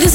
This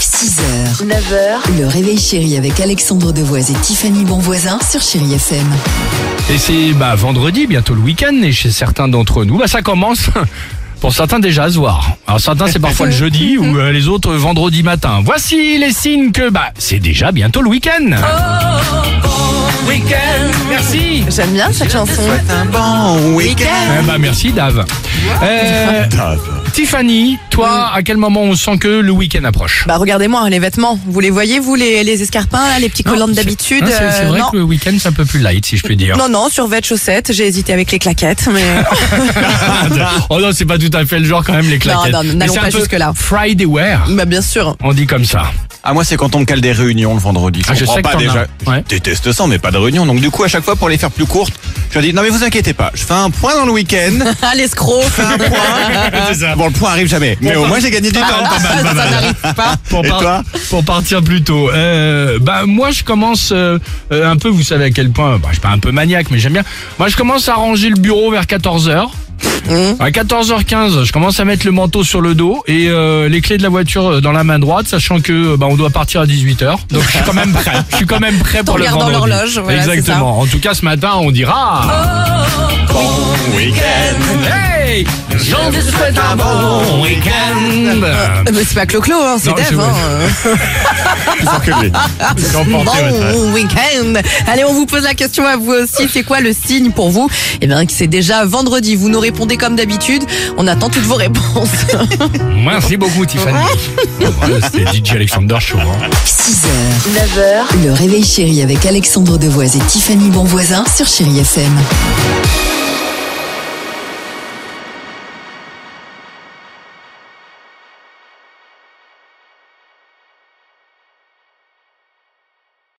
6h, 9h, le réveil chéri avec Alexandre Devoise et Tiffany Bonvoisin sur Chérie FM. Et c'est bah, vendredi, bientôt le week-end, et chez certains d'entre nous, bah, ça commence pour certains déjà à se voir. Alors certains c'est parfois le jeudi ou euh, les autres vendredi matin. Voici les signes que bah c'est déjà bientôt le week-end. Oh, Merci. J'aime bien cette chanson. Eh bah, merci Dave. Euh, Tiffany, toi, à quel moment on sent que le week-end approche Bah regardez-moi les vêtements, vous les voyez vous les, les escarpins, là, les petits collants Non, c'est- d'habitude hein, c'est- C'est euh, vrai non. que le week-end c'est un peu plus light si je puis dire. non non, survêt, chaussettes, j'ai hésité avec les claquettes mais oh non, c'est pas tout à fait le genre quand même les claquettes. non, Mais n'allons c'est un pas peu jusque-là. Friday wear, bah bien sûr. on dit comme ça. Ah moi c'est quand on me cale des réunions le vendredi. Ah, je comprends sais que pas t'en déjà. as. Ouais. Je déteste ça, mais pas de réunion. Donc du coup à chaque fois pour les faire plus courtes, je leur dis non mais vous inquiétez pas, je fais un point dans le week-end. Ah l'escroc. un point. Bon le point arrive jamais. Mais au moins j'ai gagné du temps. Ah, bah, ça n'arrive pas. pour, Et par- toi pour partir plus tôt. Euh, bah moi je commence euh, euh, un peu, vous savez à quel point, bah, je suis pas un peu maniaque mais j'aime bien. Moi je commence à ranger le bureau vers 14h. Mmh. À 14h15, je commence à mettre le manteau sur le dos et euh, les clés de la voiture euh, dans la main droite, sachant que euh, bah, on doit partir à 18h. Donc je suis quand même prêt. Je suis quand même prêt pour le regardant vendredi. l'horloge, voilà, c'est Exactement. En tout cas, ce matin, on dira. Hey, j'en vous souhaite un bon week-end. Euh, Mais c'est pas Clo-Clo, hein, c'est Non, c'est Dave. vrai. Hein. euh. J'en portais, ouais. Bon week-end Allez, on vous pose la question à vous aussi. C'est quoi le signe pour vous Eh bien, que c'est déjà vendredi. Vous nous répondez comme d'habitude. On attend toutes vos réponses. Merci beaucoup, Tiffany. Voilà, C'était DJ Alexander Show. hein. 6h, 9h. le réveil chéri avec Alexandre Devoise et Tiffany Bonvoisin sur Chéri FM.